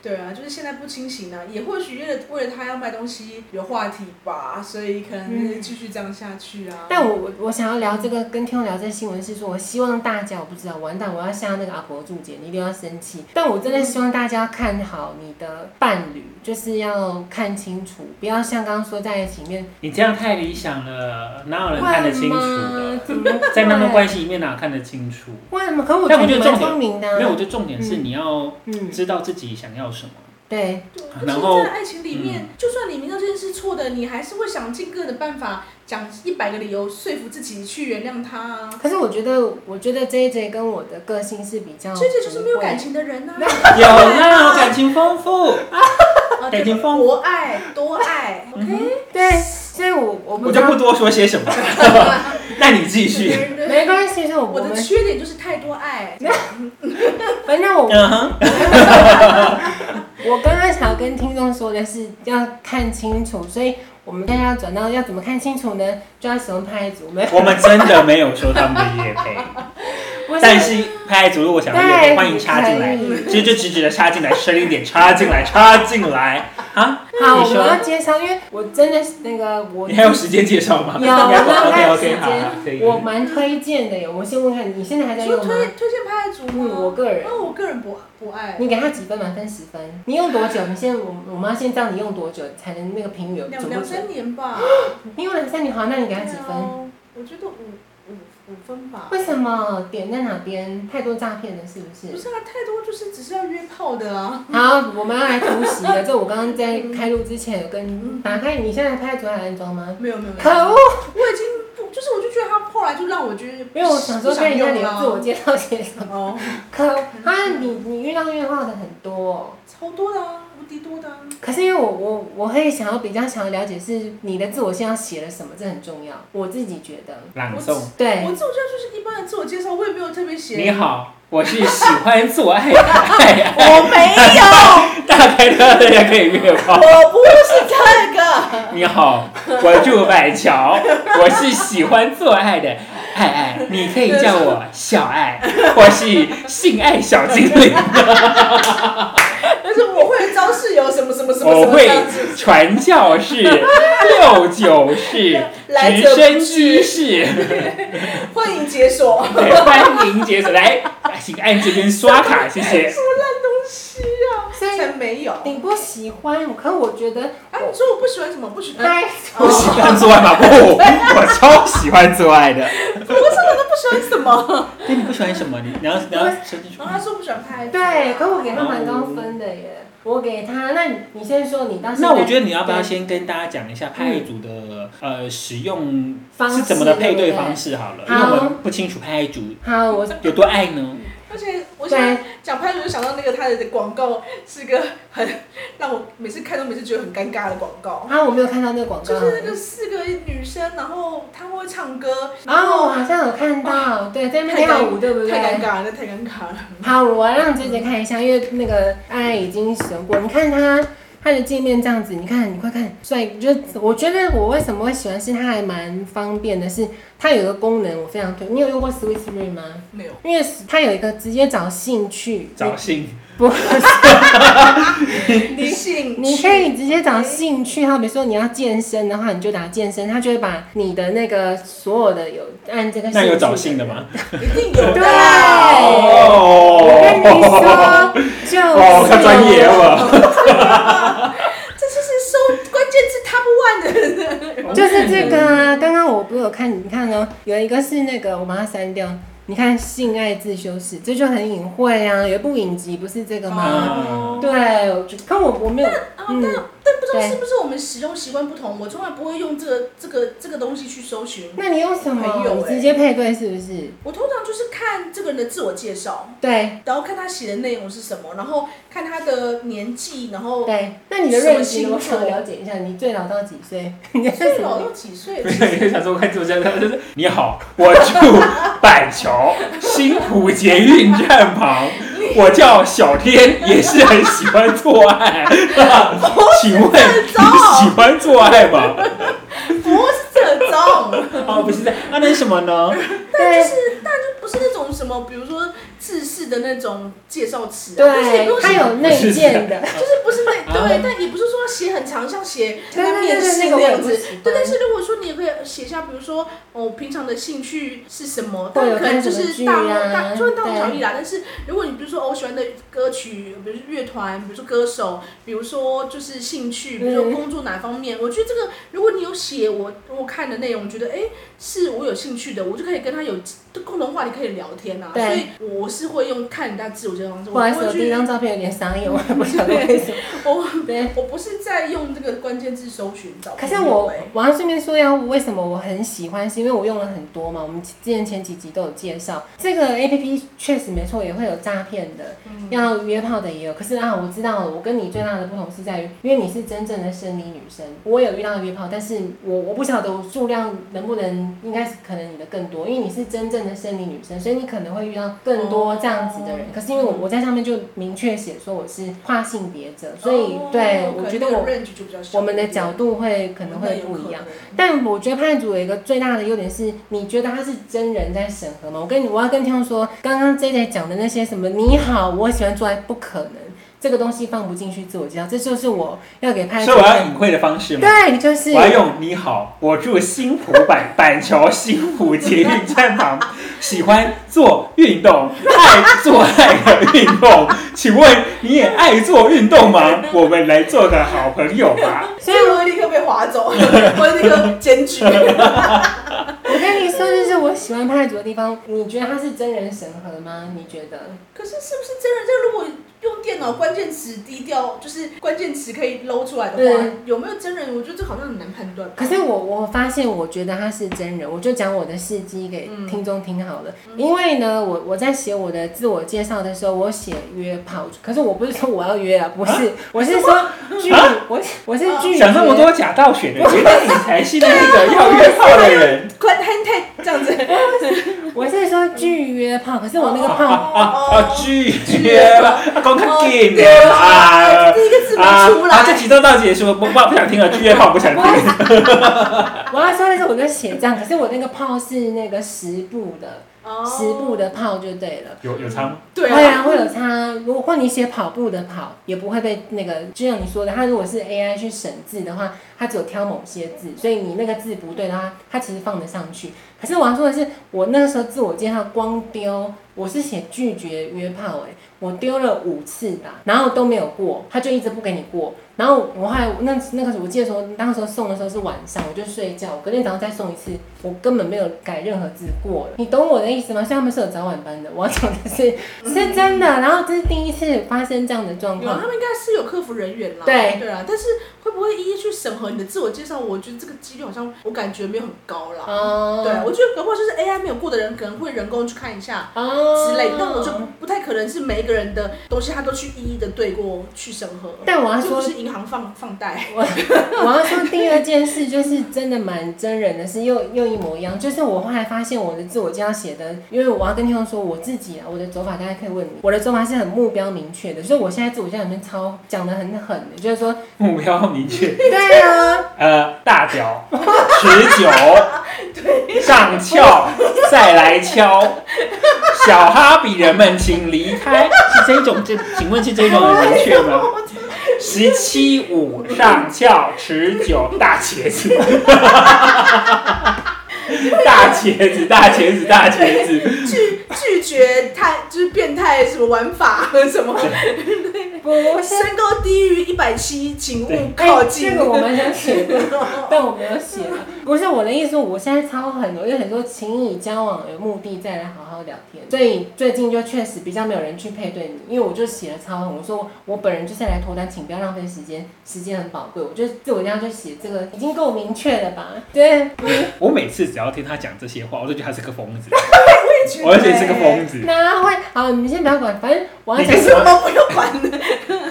Speaker 3: 对啊，就是现在不清醒啊，也或许为了为了他要卖东西有话题吧，所以可能
Speaker 2: 嗯
Speaker 3: 就是继续这样下去啊。
Speaker 1: 但我我我想要聊这个，跟听众聊这个新闻是说，我希望大家，我不知道，完蛋，我要下那个阿婆注解，你一定要生气。但我真的希望大家看好你的伴侣，就是要看清楚，不要像刚刚说在一起里面，
Speaker 2: 你这样太理想了，哪有人看得清楚
Speaker 1: 会吗
Speaker 2: 的？
Speaker 1: 怎么会
Speaker 2: 在那段关系里面哪看得清楚？
Speaker 1: 为什么？可我
Speaker 2: 但我
Speaker 1: 觉
Speaker 2: 觉
Speaker 1: 得你蛮
Speaker 2: 得重点
Speaker 1: 聪明的、啊，
Speaker 2: 没有，我觉得重点是
Speaker 1: 嗯
Speaker 2: 你要
Speaker 1: 嗯，
Speaker 2: 知道自己想要什么。
Speaker 1: 对，
Speaker 3: 对
Speaker 2: 然
Speaker 3: 而且
Speaker 2: 后嗯
Speaker 3: 在爱情里面，就算你明知道这件事错的，你还是会想尽各种办法，讲一百个理由说服自己去原谅他啊。
Speaker 1: 可是我觉得，我觉得 J J 跟我的个性是比较，
Speaker 3: 所以这就是没有感。情的人呐、啊。
Speaker 1: 嗯
Speaker 2: 有啦，感情丰富。
Speaker 3: 啊
Speaker 2: 感情嗯丰富
Speaker 3: 博爱 多爱，OK，
Speaker 1: 对，所以我我不
Speaker 2: 我
Speaker 1: 知
Speaker 2: 就
Speaker 1: 道
Speaker 2: 不多说些 什么，那你 继续。
Speaker 3: 对对
Speaker 1: 没
Speaker 3: 对。
Speaker 1: 关系，所以我
Speaker 3: 我
Speaker 1: 我
Speaker 3: 的
Speaker 1: 们
Speaker 3: 缺点就是太多爱，
Speaker 1: 反正我
Speaker 2: 嗯哼，
Speaker 1: 我刚刚想要跟听众说的是要看清楚，所以我们现在要转到要怎么看清楚呢？就要使用派组，没有，
Speaker 2: 我们真的没有收他们的夜配，
Speaker 1: 不
Speaker 2: 但是派组如果想要夜配，欢迎插进来，
Speaker 1: 对
Speaker 2: 其实就直直的插进来，深一点插进来，插进来啊！
Speaker 1: 好，我
Speaker 2: 你
Speaker 1: 们要
Speaker 2: 说，
Speaker 1: 介绍，因为我真的是那个我
Speaker 2: 你还有时间介绍吗？
Speaker 1: 有我们 要看
Speaker 2: OK OK 好好，可
Speaker 1: 时
Speaker 2: 以
Speaker 1: 间，我蛮推荐的耶。我先问看你现在还在
Speaker 3: 你说
Speaker 1: 用吗
Speaker 3: 推？推荐派主
Speaker 1: 嗯，我
Speaker 3: 吗？
Speaker 1: 个人。
Speaker 3: 那我个人不不爱，
Speaker 1: 你给他几分满分十分？你用多久？你现在我我们要先知道你用多久才能那个评语有
Speaker 3: 两
Speaker 1: 准
Speaker 3: 两
Speaker 1: 不准？
Speaker 3: 三年吧。
Speaker 1: 你用两三年好，那 你给他几
Speaker 3: 对
Speaker 1: 分？
Speaker 3: 啊我觉得五五五分吧。
Speaker 1: 为什么点在哪边？太多诈骗了，是不
Speaker 3: 不
Speaker 1: 是？
Speaker 3: 是啊，太多就是只是要约炮的啊。
Speaker 1: 好，我们要来突袭了。这我刚刚在开录之前有跟打开，你现在拍左海安装吗？
Speaker 3: 没有没有，没有
Speaker 1: 可恶！
Speaker 3: 我已经不就是我就觉得他后来就让我觉得
Speaker 1: 因为我想说
Speaker 3: 不
Speaker 1: 看一下你
Speaker 3: 用
Speaker 1: 的
Speaker 3: 啊
Speaker 1: 自我介绍写什么。
Speaker 3: 哦，
Speaker 1: 可恶啊，你你遇到约炮的很多哦、
Speaker 3: 超多的啊，无敌多的啊。
Speaker 1: 可是因为我我我会想要比较想要了解是你的自我介绍写了什么，这很重要。我自己觉得，
Speaker 2: 朗诵。
Speaker 1: 对
Speaker 3: 我。自我介绍就是一般的自我介绍，我也没有特别写。
Speaker 2: 你，好，我是喜欢做爱的爱爱，
Speaker 3: 我没有，
Speaker 2: 大概大家可以约炮。
Speaker 3: 我不是这个。
Speaker 2: 你好，我住板桥，我是喜欢做爱的爱爱，你可以叫我小爱，或是性爱小精灵，
Speaker 3: 但是我会招式有什么什么什么什
Speaker 2: 我
Speaker 3: 么这
Speaker 2: 会
Speaker 3: 样子。
Speaker 2: 传教士、六九士、
Speaker 3: 来
Speaker 2: 直
Speaker 3: 者不
Speaker 2: 升机士，
Speaker 3: 欢迎解锁。
Speaker 2: 对，欢迎解锁来，请按这边刷卡，谢谢。
Speaker 1: 所以
Speaker 3: 才没有。啊，
Speaker 1: 你不喜欢，可我觉得
Speaker 3: 你说我不喜欢什么？不喜欢，
Speaker 1: 拍
Speaker 2: 不喜欢做爱吗？不， 我超喜欢做爱的。
Speaker 3: 我真的都不喜欢什么。
Speaker 2: 哎那你不喜欢什么？你你要你要说清楚
Speaker 3: 然后他说不喜欢拍。
Speaker 1: 对，可我给他蛮高分的耶，我给他。那你你先说你当时
Speaker 2: 那我觉得你要不要先跟大家讲一下派爱组的、呃使用
Speaker 1: 方式
Speaker 2: 是怎么的配对方式好了，因为
Speaker 1: 好
Speaker 2: 我们不清楚派爱组
Speaker 1: 好，我
Speaker 2: 有多爱呢。
Speaker 3: 而且我现
Speaker 1: 对
Speaker 3: 在讲拍，我就想到那个他的广告是个很让我每次看都每次觉得很尴尬的广告，
Speaker 1: 啊，我没有看到那个广告，
Speaker 3: 就是那个四个女生，然后她会唱歌，然
Speaker 1: 啊，我
Speaker 3: 后
Speaker 1: 好像有看到，对，在那边
Speaker 3: 太尴
Speaker 1: 跳舞，对不
Speaker 3: 太尴
Speaker 1: 对？
Speaker 3: 尬了，那太尴尬了。
Speaker 1: 好，我让姐姐看一下，因为那个爱已经神过，你看他。他的界面这样子，你看，你快看，帅！就是我觉得我为什么会喜欢，是它还蛮方便的是，它有个功能我非常推。你有用过 Switch Three 吗？
Speaker 3: 没有，
Speaker 1: 因为它有一个直接找兴趣，
Speaker 2: 找性，
Speaker 1: 不
Speaker 3: 理性
Speaker 1: 你可以直接找兴趣，好比说你要健身的话，你就打健身，他就会把你的那个所有的有按这个兴
Speaker 2: 那
Speaker 1: 趣。
Speaker 2: 有找性的？吗？
Speaker 3: 一定有
Speaker 1: 对
Speaker 3: 的
Speaker 1: 哎
Speaker 3: 啦。
Speaker 1: 我跟你
Speaker 2: 哦，
Speaker 1: 说， 就是
Speaker 2: 哦，他专业。了，
Speaker 3: 这就是搜关键字 top one 的，
Speaker 1: 就是这个啊，刚刚我不是有看，你看哦，有一个是那个，我把它删掉。你看性爱自修室，这就很隐晦啊。有一部影集不是这个吗？
Speaker 2: 嗯
Speaker 1: 对，我就可我我没有，
Speaker 3: 哦啊，但
Speaker 1: 嗯
Speaker 3: 但不知道
Speaker 1: 对
Speaker 3: 是不是我们使用习惯不同，我从来不会用这个这个这个东西去搜寻。
Speaker 1: 那你用什么？
Speaker 3: 没有
Speaker 1: 你
Speaker 3: 欸
Speaker 1: 直接配对是不是？
Speaker 3: 我通常就就是看这个人的自我介绍，
Speaker 1: 对
Speaker 3: 然后看他写的内容是什么，然后看他的年纪，然后
Speaker 1: 对，那你的认知，
Speaker 3: 什
Speaker 1: 我
Speaker 3: 么星座
Speaker 1: 想了解一下，你最老到几 岁？你在
Speaker 3: 哎最
Speaker 1: 什
Speaker 3: 老
Speaker 1: 么？
Speaker 3: 到几岁？
Speaker 2: 对，就想说快住家，他就是你好，我住板桥新浦捷运站旁，我叫小天，也是很喜欢做 爱，请问你喜欢做爱吗？
Speaker 3: 不是这 种，
Speaker 2: 哦，不是的，啊，那是什么 呢？
Speaker 1: 对
Speaker 3: 就不是那种什么，比如说自式的那种介绍词、啊，就是也不
Speaker 1: 对，
Speaker 3: 用写
Speaker 1: 它有内建的，
Speaker 3: 就是不是那
Speaker 2: 啊
Speaker 3: 对，但也不是说写很长，像写
Speaker 1: 对对对
Speaker 3: 面
Speaker 1: 对，
Speaker 3: 试
Speaker 1: 那个
Speaker 3: 那
Speaker 1: 我也
Speaker 3: 样
Speaker 1: 不
Speaker 3: 子。
Speaker 1: 喜
Speaker 3: 对，但
Speaker 1: 欢。
Speaker 3: 是如果说你可以写下，比如说哦，平常的兴趣是什么，
Speaker 1: 或
Speaker 3: 但
Speaker 1: 者
Speaker 3: 可能
Speaker 1: 看什
Speaker 3: 就
Speaker 1: 么
Speaker 3: 是
Speaker 1: 剧
Speaker 3: 大同
Speaker 1: 啊
Speaker 3: 大，就算大同
Speaker 1: 对
Speaker 3: 小异啦。但是如果你比如说哦，我喜欢的歌曲，比如说乐团，比如说歌手，比如说就是兴趣，比如说
Speaker 1: 嗯
Speaker 3: 工作哪方面，我觉得这个如果你有写我我看的内容，觉得哎是我有兴趣的，我就可以跟他有共同话题可以聊天啊。
Speaker 1: 对
Speaker 3: 所以我是会用看人家自我介绍方式，
Speaker 1: 不
Speaker 3: 我
Speaker 1: 好意
Speaker 3: 不
Speaker 1: 思，我
Speaker 3: 会
Speaker 1: 第一
Speaker 3: 去
Speaker 1: 张照片有点商业，我也不晓得为什么。
Speaker 3: 我
Speaker 1: 对，
Speaker 3: 我不是在用这个关键字搜寻找
Speaker 1: 可
Speaker 3: 朋友欸。
Speaker 1: 是我，我要顺便说一下，为什么我很喜欢，是因为我用了很多嘛。我们之前前几集都有介绍，这个 A P P 确实没错，也会有诈骗的，
Speaker 3: 嗯
Speaker 1: 要约炮的也有。可是啊，我知道了，我跟你最大的不同是在于，因为你是真正的生理女生，我有遇到约炮，但是我我不晓得我数量能不能，应该是可能你的更多，因为你是真正的生理女生，所以你可能会遇到更多这样子的人
Speaker 3: 哦。
Speaker 1: 可是因为我我在上面就明确写说我是跨性别者，所以
Speaker 3: 哦
Speaker 1: 对
Speaker 3: 可
Speaker 1: 我
Speaker 3: 能
Speaker 1: 觉得
Speaker 3: 那
Speaker 1: 我
Speaker 3: 个 range 就比较小
Speaker 1: 我们的
Speaker 3: 一点
Speaker 1: 角度会可能会不一样。。
Speaker 3: 那有可能
Speaker 1: 但我觉得判主有一个最大的优点是，你觉得他是真人在审核吗？我跟你，我要跟听众说，刚刚 J J 讲的那些什么你好，我喜欢做爱，不可能，这个东西放不进去自我介绍，这就是我要给判主
Speaker 2: 所以我要隐晦的方式吗？
Speaker 1: 对，就是
Speaker 2: 我要用你好，我住新浦板板桥新浦捷运站旁，喜欢做运动，爱做爱的运动。请问你也爱做运动吗？我们来做个好朋友吧。
Speaker 1: 所
Speaker 3: 所
Speaker 1: 以
Speaker 3: 以我会立刻被划走，我会立刻检举。
Speaker 1: 我跟你说，就是我喜欢派主的地方，你觉得他是真人审核吗？你觉得？
Speaker 3: 可是是不是真人？这如果用电脑关键词低调，就是关键词可以搂出来的话
Speaker 1: 嗯，
Speaker 3: 有没有真人？我觉得这好像很难判断。
Speaker 1: 可是我我发现，我觉得他是真人，我就讲我的事迹给
Speaker 3: 嗯
Speaker 1: 听众听好了。因为呢，我我在写我的自我介绍的时候，我写约炮，可是我不是说我要约啊，不是，我是说拒，我我是拒绝。
Speaker 2: 啊想这么多假道学的，觉得你才是那个要约炮的人。
Speaker 3: 关太太这样子，
Speaker 1: 我是说拒约炮，可是我那个
Speaker 2: 啊
Speaker 1: 炮，
Speaker 2: 啊啊！拒绝吧，啊公开给你
Speaker 3: 哦啊，
Speaker 2: 啊！
Speaker 3: 第一个字
Speaker 2: 啊
Speaker 3: 没出！
Speaker 2: 好，这
Speaker 3: 来。
Speaker 2: 集都到结束了，不不不想听了，拒约炮不想听。啊
Speaker 1: 我要说的是我在写这样，可是我那个炮是那个十步的，
Speaker 3: 哦
Speaker 1: 十步的炮就对了。
Speaker 2: 有有仓
Speaker 3: 对
Speaker 1: 会啊，
Speaker 3: 啊，
Speaker 1: 会有差。如果你写跑步的跑，也不会被那个，就像你说的，它如果是 AI 去审字的话，它只有挑某些字，所以你那个字不对的话，它其实放得上去。可是我要说的是，我那个时候自我介绍光丢，我是写拒绝约炮、欸，我丢了五次吧，然后都没有过，他就一直不给你过。然后我后来那那个我记得说，那时候送的时候是晚上，我就睡觉，我隔天早上再送一次，我根本没有改任何字过了。你懂我的意思吗？所以他们是有早晚班的，我要讲的是是真的。然后这是第一次发生这样的状
Speaker 3: 嗯有啊，
Speaker 1: 况
Speaker 3: 他，们应该是有客服人员啦。
Speaker 1: 嗯对
Speaker 3: 对啊，但是会不会一一去审核你的自我介绍？我觉得这个几率好像我感觉没有很高啦。
Speaker 1: 哦，
Speaker 3: 对，我觉得搞不好就是 AI 没有过的人，可能会人工去看一下
Speaker 1: 哦
Speaker 3: 之类的，但我就不太可能是每一个人的东西他都去一一的对过去审核。
Speaker 1: 但我要
Speaker 3: 这不
Speaker 1: 啊说
Speaker 3: 是银行放放贷，
Speaker 1: 我要说第二件事就是真的蛮真人的，是又又一模一样。就是我后来发现我的自我介绍写的，因为我要跟听众说我自己啊，我的走法大家可以问你，我的走法是很目标明确的，所以我现在自我介绍里面超讲的很狠的，就是说，
Speaker 2: 目标明确，
Speaker 1: 对 啊，
Speaker 2: 呃，大屌，持久，上翘，再来敲。小哈比人们，请离开，是这种这？请问是这种很明确吗？十七五上翘持久大茄子，大茄子大茄子大茄子，
Speaker 3: 拒拒绝太就是变态什么玩法 什么，
Speaker 1: 不是。
Speaker 3: 身高低于一百七，请勿
Speaker 1: 哎
Speaker 3: 靠近。
Speaker 1: 这个我蛮想 写的， 但我没有写。不是我的意思，我现在超狠的，我就想说，请以交往为目的再来好好聊天。所以最近就确实比较没有人去配对你，因为我就写了超狠，我说我本人就是来脱单，请不要浪费时间，时间很宝贵。我就自我介绍就写这个，已经够明确了吧？对，
Speaker 2: 我每次只要听他讲这些话，我都觉得他是个疯子。
Speaker 3: 去
Speaker 2: 我而且是个 疯子，
Speaker 1: 哪会？好，你们先不要管，反正我要
Speaker 2: 你
Speaker 1: 讲
Speaker 2: 跟
Speaker 3: 什么不用管的？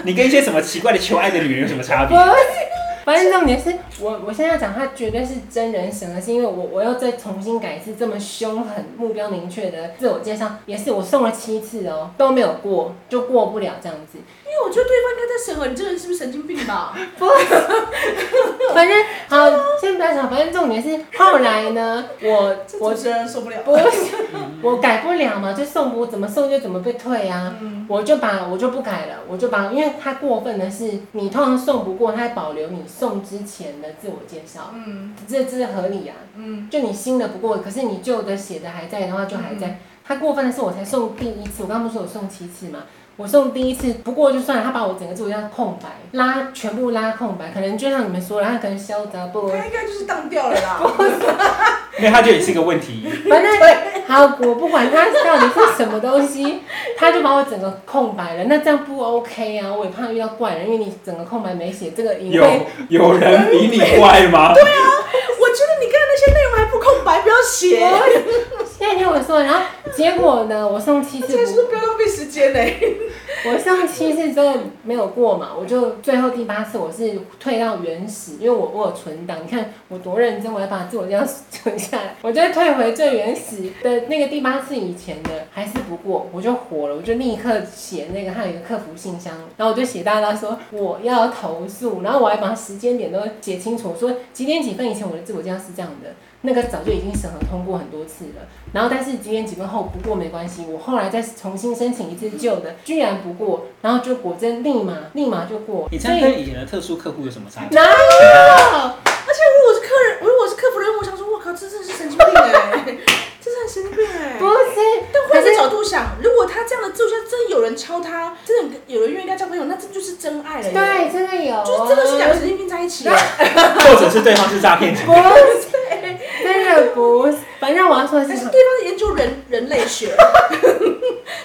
Speaker 2: 你跟一些什么奇怪的求爱的女人有什么差别？
Speaker 1: 我反正重点是我，我现在要讲他绝对是真人神了，是因为我我又再重新改一次这么凶狠、目标明确的自我介绍，也是我送了七次哦，都没有过，就过不了这样子。
Speaker 3: 因为我觉得对方应该在审核你这个人是不是神经病吧？
Speaker 1: 反正好，先不要讲，反正重点是后来呢，我
Speaker 3: 这
Speaker 1: 我
Speaker 3: 主持人受不了。
Speaker 1: 不是我改不了嘛，就送不怎么送就怎么被退啊。
Speaker 3: 嗯，
Speaker 1: 我就把我就不改了，我就把，因为他过分的是，你通常送不过，他还保留你送之前的自我介绍，
Speaker 3: 嗯
Speaker 1: 这这合理啊。
Speaker 3: 嗯，
Speaker 1: 就你新的不过，可是你旧的写的还在的话就还在。他过分的是，我才送第一次，我刚刚不是我送七次嘛，我送第一次不过就算了，他把我整个自我介绍空白拉全部拉空白，可能就像你们说了，他可能消杂不，
Speaker 3: 他应该就是当掉了啦。
Speaker 2: 因为他觉得你是个问题，
Speaker 1: 反正好，我不管他到底是什么东西， 他就把我整个空白了。那这样不 OK 啊？我也怕遇到怪人，因为你整个空白没写，这个也
Speaker 2: 有
Speaker 1: 会
Speaker 2: 有人比你怪吗？
Speaker 3: 我觉得你刚才那些内容还不空白，不要写。
Speaker 1: 现在听我说，然后结果呢？我送七次
Speaker 3: 现在是不
Speaker 1: 不
Speaker 3: 是不要浪费时间呢、
Speaker 1: 我上七次之后没有过嘛，我就最后第八次我是退到原始，因为我我有存档，你看我多认真，我还把自我介绍存下来， 我就退回最原始的那个第八次以前的，还是不过，我就火了，我就立刻写那个还有一个客服信箱，然后我就写大大说我要投诉，然后我还把时间点都写清楚，我说几点几分以前我的自我介绍是这样的，那个早就已经审核通过很多次了。然后但是几点几分后不过没关系，我后来再重新申请一次旧的，居然不过，然后就果真立马立马就过。
Speaker 2: 你这
Speaker 1: 所
Speaker 2: 样
Speaker 1: 以
Speaker 2: 跟以前的特殊客户有什么差别？
Speaker 1: 哪有？
Speaker 3: 而且如果我是客人，如果我是客服人员，我想说，我靠，这真的是神经病哎、 这真的很神经病哎、
Speaker 1: 不是，
Speaker 3: 但
Speaker 1: 可
Speaker 3: 换个
Speaker 1: 是
Speaker 3: 角度想，如果他这样的自我介绍真的有人敲他，真的有人愿意跟他交朋友，那这就是真爱了耶。
Speaker 1: 对，真的有啊，
Speaker 3: 就是真的是两个神经病在一起了。
Speaker 2: 或者是对方是诈骗集
Speaker 1: 不
Speaker 2: 团？
Speaker 1: 是， 真的不是。反正我要说的
Speaker 3: 但是
Speaker 1: 是，
Speaker 3: 对方研究人人类学、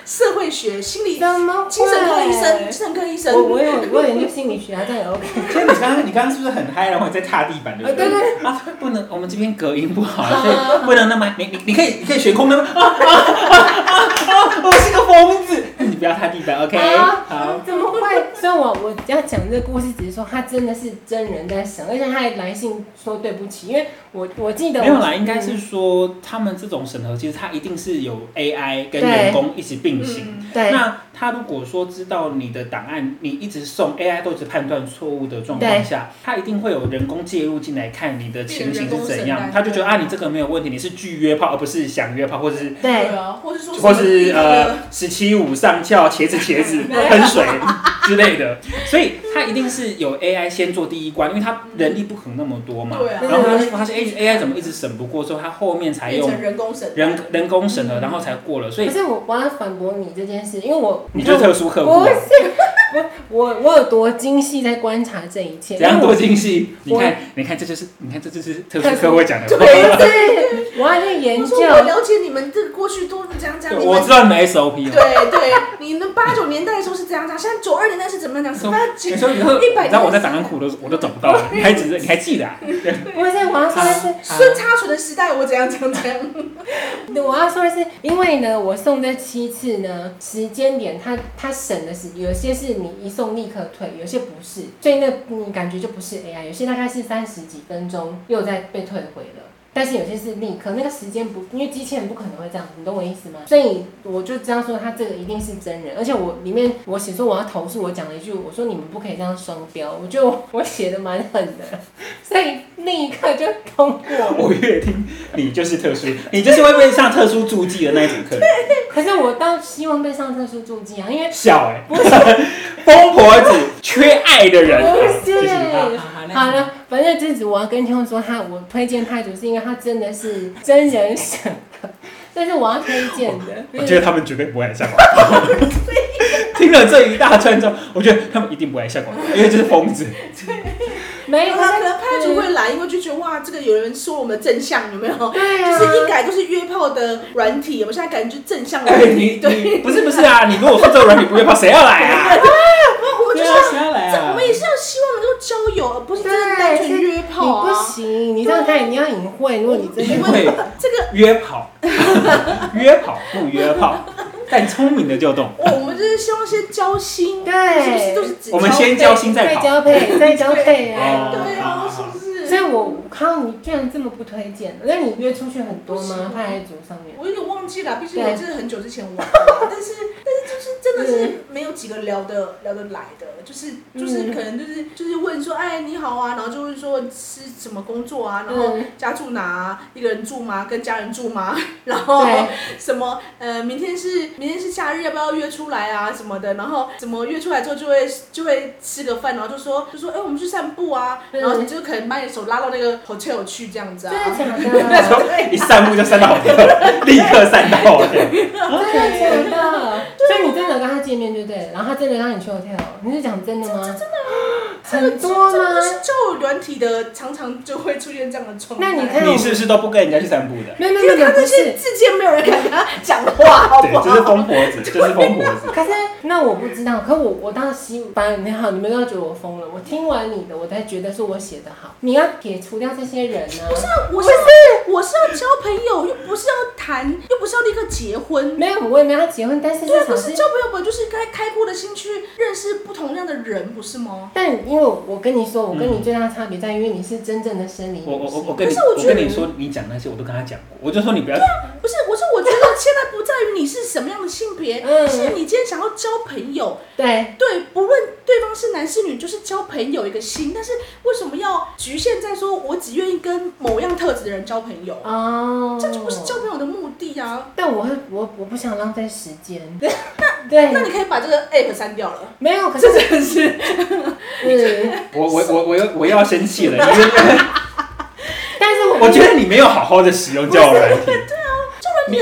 Speaker 3: 社会学、心理、
Speaker 1: 怎么会
Speaker 3: 精神科医生、精神科医
Speaker 1: 我我
Speaker 3: 生，
Speaker 1: 有我有研究心理学啊，这样也 OK。
Speaker 2: 所以你刚刚你刚刚是不是很嗨，然后你在踏地板，对
Speaker 1: 呃
Speaker 2: 不
Speaker 1: 对
Speaker 2: 对？
Speaker 1: 对，
Speaker 2: 啊，不能，我们这边隔音不好，
Speaker 1: 好
Speaker 2: 所以不能那么你你你可以你可以悬空的吗？啊啊啊啊！我是个疯子，嗯你不要踏地板，OK？
Speaker 1: 啊
Speaker 2: 好，
Speaker 1: 怎么会？所以我我要讲这个故事，只是说他真的是真人在审，而且他还来信说对不起，因为我我记得我嗯
Speaker 2: 没有啦，应该是说他们这种审核，其实它一定是有 AI 跟
Speaker 1: 对
Speaker 2: 员工一起并行。
Speaker 3: 嗯，
Speaker 1: 对
Speaker 2: 那他如果说知道你的档案，你一直送 AI 都只判断错误的状况
Speaker 1: 对
Speaker 2: 下，他一定会有人工介入进来看你的情形是怎
Speaker 3: 变成人工审
Speaker 2: 样，
Speaker 3: 判
Speaker 2: 他就觉得
Speaker 3: 对
Speaker 2: 啊，你这个没有问题，你是拒约炮而不是想约炮，或者是
Speaker 1: 对
Speaker 3: 对。啊，或是说什么
Speaker 2: 或是
Speaker 3: 那个
Speaker 2: 呃十七五上翘茄子茄子喷水之类的，所以他一定是有 AI 先做第一关，因为他人力不可能那么多嘛。
Speaker 3: 对啊
Speaker 2: 然后他就发现哎 A AI 怎么一直审不过，之后他后面才
Speaker 3: 变
Speaker 2: 呃用
Speaker 3: 成人工审，
Speaker 2: 人人工审核，然后才过了，所
Speaker 1: 可
Speaker 2: 以
Speaker 1: 是我我要反驳你这件事，因为我
Speaker 2: 你就是特殊客户
Speaker 1: 不
Speaker 2: 啊。
Speaker 1: 是 我我我有多精细在观察这一切，
Speaker 2: 怎样
Speaker 1: 因为
Speaker 2: 多
Speaker 1: 我
Speaker 2: 精细？你
Speaker 1: 我
Speaker 2: 看，你看，这就是，你看，这就是特殊客户讲的
Speaker 1: 不
Speaker 2: 话。
Speaker 1: 是，我要去研
Speaker 3: 我
Speaker 1: 究
Speaker 3: 说。我了解你们这过去都是这样讲，
Speaker 2: 对
Speaker 3: 你
Speaker 2: 我
Speaker 3: 们
Speaker 2: 知道你们 SOP 了。
Speaker 3: 对对，你们八九年代的时候是这样讲，现在九二年代是怎么样讲？
Speaker 2: 你说
Speaker 3: 什么
Speaker 2: 你
Speaker 3: 几
Speaker 2: 说啊以后，
Speaker 3: 一百
Speaker 2: 你知道我在档案库都我都找不到了，你还记得？你还记得啊？
Speaker 1: 不是，我要说的是，
Speaker 3: 孙插水的时代，我怎样怎样怎样？
Speaker 1: 我要说的是，因为呢，我送这七次呢，时间点它它审的是有些是你一送立刻退，有些不是，所以那你感觉就不是 AI，有些大概是三十几分钟又再被退回了。但是有些是立刻，那个时间不，因为机器人不可能会这样，你懂我意思吗？所以我就这样说，他这个一定是真人，而且我里面我写说我要投诉，我讲了一句，我说你们不可以这样双标，我就 我写的蛮狠的，所以立刻就通过了。
Speaker 2: 我越听你就是特殊，你就是会被上特殊注记的那一种客人。
Speaker 1: 可是我倒希望被上特殊注记啊，因为
Speaker 2: 笑哎、 疯婆子，缺爱的人。啊
Speaker 1: 不是
Speaker 2: 谢谢你好好
Speaker 1: 好了，反正这只我要跟听众说他，我推荐派主是因为他真的是真人审核，这是我要推荐的。
Speaker 2: 我觉得他们绝对不会来下广告。 听了这一大串之后，我觉得他们一定不会来下广告，因为这是疯子。
Speaker 1: 没有，
Speaker 3: 他可能派主会来，因为就觉得哇，这个有人说我们正向有没有？
Speaker 1: 对啊，
Speaker 3: 就是一改都是约炮的软体，我们现在改成就正向
Speaker 2: 哎、你
Speaker 3: 软体，对，
Speaker 2: 你不是不是啊？你如果说这个软体不约炮，谁要来啊？
Speaker 3: 我们就
Speaker 2: 对
Speaker 3: 是
Speaker 2: 啊，
Speaker 3: 要。
Speaker 2: 谁要来
Speaker 3: 这我
Speaker 2: 啊
Speaker 3: 们？也是要希望能够交友，而了，不是真的单纯约
Speaker 1: 你
Speaker 3: 炮
Speaker 1: 不
Speaker 3: 啊。
Speaker 1: 行，你这样看你要隐晦，如果你真
Speaker 2: 因
Speaker 1: 的
Speaker 2: 为
Speaker 3: 这个
Speaker 2: 约跑， 约跑不约炮，但聪明的就懂。
Speaker 3: 哦我我们就是希望先交心，
Speaker 1: 对
Speaker 3: 是不是都是只
Speaker 2: 我们先交心再
Speaker 1: 再
Speaker 2: 跑。
Speaker 1: 交配，再交配啊。
Speaker 2: 哦
Speaker 3: 对啊，是不是？
Speaker 1: 所以我靠，你居然这么不推荐，那你约出去很多
Speaker 3: 不行
Speaker 1: 吗？派黑族上面？
Speaker 3: 我有点忘记了，毕竟
Speaker 1: 对啊
Speaker 3: 我真的很久之前玩了， 但是但是就是真的是没有几个聊得聊得来的，就是就是
Speaker 1: 嗯
Speaker 3: 可能就是就是问说，哎你好啊，然后就会说是什么工作啊，然后
Speaker 1: 嗯
Speaker 3: 家住哪啊，一个人住吗？跟家人住吗？ 然后
Speaker 1: 对
Speaker 3: 什么呃，明天是明天是假日，要不要约出来啊什么的？然后怎么约出来之后就会就会吃个饭，然后就说就说哎、我们去散步啊，
Speaker 1: 嗯
Speaker 3: 然后你就可能把你的手拉到那个 hotel 去这样子啊
Speaker 1: 真。的假的？
Speaker 2: 那时候一散步就散到好天，立刻散到好天。
Speaker 1: 真的假的？所以你真的跟他见面对不对？然后他真的让你去 hotel，你是讲真的吗？真的很多
Speaker 3: 这
Speaker 1: 吗
Speaker 3: 就？是就软体的常常就会出现这样的状态。
Speaker 1: 那你看
Speaker 2: 你是不是都不跟人家去散步的？
Speaker 1: 没有没有
Speaker 3: 因
Speaker 1: 没有
Speaker 3: 为
Speaker 1: 没
Speaker 3: 他
Speaker 1: 有，
Speaker 3: 那
Speaker 1: 不
Speaker 3: 些
Speaker 1: 是。
Speaker 3: 字界没有人敢跟他讲话，好不
Speaker 2: 对，这是
Speaker 3: 好？
Speaker 2: 疯婆子，这是疯婆 子。
Speaker 1: 可是那我不知道，可我我到西班你好，你们都觉得我疯了。我听完你的，我才觉得是我写的好。你要撇除掉这些人呢、
Speaker 3: 不是啊，我是我是要交朋友，又不是要谈，又不是要立刻结婚。
Speaker 1: 没有，我也没有要结婚，但是
Speaker 3: 对
Speaker 1: 至
Speaker 3: 啊，
Speaker 1: 少
Speaker 3: 不
Speaker 1: 是
Speaker 3: 是。交朋友，本来就是该开阔的心去认识不同样的人，不是吗？
Speaker 1: 但因为我跟你说，我跟你最大的差别在于你是真正的生理
Speaker 2: 我我
Speaker 1: 女
Speaker 2: 我
Speaker 1: 性
Speaker 2: 我。跟你
Speaker 3: 嗯可是我
Speaker 2: 我
Speaker 3: 觉得
Speaker 2: 跟你说，你讲那些我都跟他讲过，我就说你不要。
Speaker 3: 不是，我说我觉得现在不在于你是什么样的性别，
Speaker 1: 嗯
Speaker 3: 是你今天想要交朋友，
Speaker 1: 对，
Speaker 3: 对，不论对方是男是女，就是交朋友一个心。但是为什么要局限在说我只愿意跟某样特质的人交朋友？
Speaker 1: 哦，
Speaker 3: 这就不是交朋友的目的啊！
Speaker 1: 但我会，我我不想浪费时间。 对，
Speaker 3: 那你可以把这个 app 删掉了。
Speaker 1: 没有，可是
Speaker 3: 这真的是，
Speaker 1: 嗯，
Speaker 2: 我我我我
Speaker 3: 啊
Speaker 2: 又我又要生气了， 因为
Speaker 1: 但是我
Speaker 2: 我觉得你没有好好的使用交友软体。
Speaker 3: 你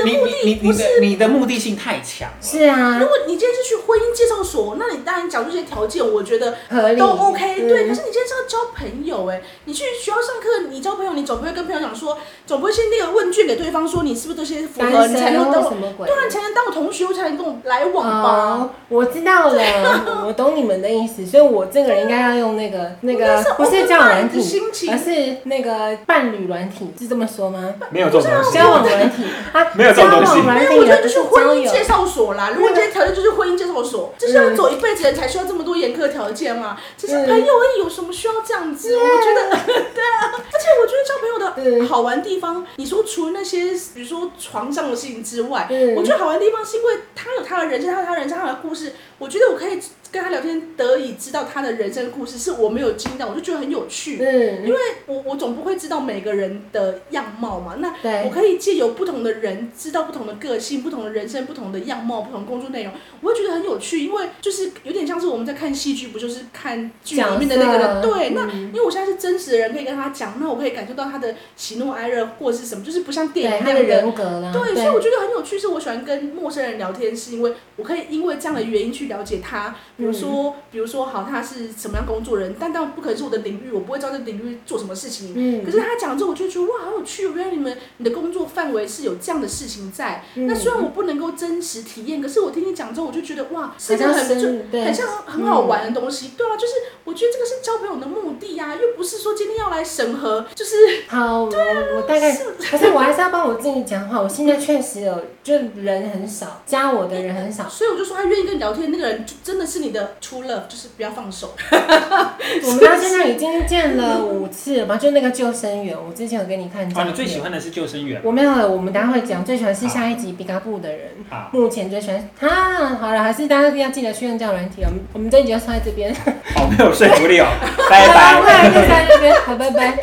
Speaker 2: 你
Speaker 3: 的
Speaker 2: 你
Speaker 3: 目
Speaker 2: 你你你
Speaker 3: 的不
Speaker 2: 的
Speaker 3: 是。
Speaker 2: 你的目的性太强了。
Speaker 1: 是啊
Speaker 3: 如，果你今天是去婚姻介绍所，那你当然讲出这些条件，我觉得
Speaker 1: 合理
Speaker 3: 都 OK、
Speaker 1: 嗯
Speaker 3: 对，可是你今天是要交朋友哎、你去学校上课，你交朋友，你总不会跟朋友讲说，总不会先列个问卷给对方说你是不是这些符合，
Speaker 1: 单
Speaker 3: 你才
Speaker 1: 身
Speaker 3: 能
Speaker 1: 或
Speaker 3: 当我
Speaker 1: 什，么鬼
Speaker 3: 对？啊，你才能当我同学，我才能跟我来往吧。
Speaker 1: 哦，我知道了， 我懂你们的意思，所以我这个人应该要用那个那
Speaker 3: 应该
Speaker 1: 个
Speaker 3: 是
Speaker 1: 不是交友软
Speaker 3: open mind 的
Speaker 1: 体
Speaker 3: 心，情
Speaker 1: 而是那个伴侣软体，是这么说 吗？
Speaker 2: 没有这种东西，
Speaker 1: 交往软体啊，
Speaker 2: 没有这种东西
Speaker 1: 交往软
Speaker 3: 没
Speaker 1: 体啊
Speaker 3: 有，我觉得
Speaker 1: 不
Speaker 3: 就是
Speaker 1: 交
Speaker 3: 是婚姻
Speaker 1: 友
Speaker 3: 介绍所啦。如果今天条件就是婚姻介绍所，这是要走一辈子的人才需要这么多严苛条件嘛？只是朋友而已，有什么需要这样子？我觉得，对啊。而且我觉得交朋友的
Speaker 1: 嗯
Speaker 3: 好玩地方，你说除了那些比如说床上的事情之外，
Speaker 1: 嗯
Speaker 3: 我觉得好玩的地方是因为他有他的人生，他有他的人生，他有他的故事。我觉得我可以跟他聊天，得以知道他的人生故事，是我没有经历到，我就觉得很有趣。因
Speaker 1: 嗯，
Speaker 3: 为我我总不会知道每个人的样貌嘛，那
Speaker 1: 对
Speaker 3: 我可以借由不同的人知道不同的个性、不同的人生、不同的样貌、不同工作内容，我会觉得很有趣，因为就是有点像是我们在看戏剧，不就是看剧里面的那个人？
Speaker 1: 角色
Speaker 3: 对，那
Speaker 1: 嗯
Speaker 3: 因为我现在是真实的人，可以跟他讲，那我可以感受到他的喜怒哀乐或是什么，就是不像电
Speaker 1: 对
Speaker 3: 影
Speaker 1: 他
Speaker 3: 那
Speaker 1: 的
Speaker 3: 样的。
Speaker 1: 人啊格啦，
Speaker 3: 对，所以我觉得很有趣，是我喜欢跟陌生人聊天，是因为我可以因为这样的原因去了解他。比
Speaker 1: 嗯
Speaker 3: 如说，比如说，好，他是什么样工作人，但当然不可能是我的领域，我不会知道这领域做什么事情。
Speaker 1: 嗯，
Speaker 3: 可是他讲之后，我就觉得哇，好有趣哦！原来你们你的工作范围是有这样的事情在。
Speaker 1: 嗯
Speaker 3: 那虽然我不能够真实体验，可是我听你讲之后，我就觉得哇，是
Speaker 1: 好
Speaker 3: 一个
Speaker 1: 像
Speaker 3: 很就
Speaker 1: 生对
Speaker 3: 很像很好玩的东西。对啊，就是我觉得这个是交朋友的目的呀、又不是说今天要来审核，就是
Speaker 1: 好，我
Speaker 3: 啊
Speaker 1: 我大概，可是我还是要帮我自己讲话。我现在确实有，就人很少，加我的人很少。
Speaker 3: 所以我就说他愿意跟你聊天，那个人就真的是你的 true love，就是不要放手。
Speaker 1: 我们到现在已经见了五次了吧？就那个救生员，我之前有给你看照
Speaker 2: 啊，
Speaker 1: 片。
Speaker 2: 你最喜欢的是救生员。
Speaker 1: 我没有，我们等一下会讲。最喜欢是下一集比嘎布的人。
Speaker 2: 好，
Speaker 1: 目前最喜欢啊，好了，还是大家要记得去用教软体。我们我们这一集就上在这边，
Speaker 2: 好没有说服力哦，拜
Speaker 1: 不然
Speaker 2: 拜。
Speaker 1: 就在这边，好，拜拜。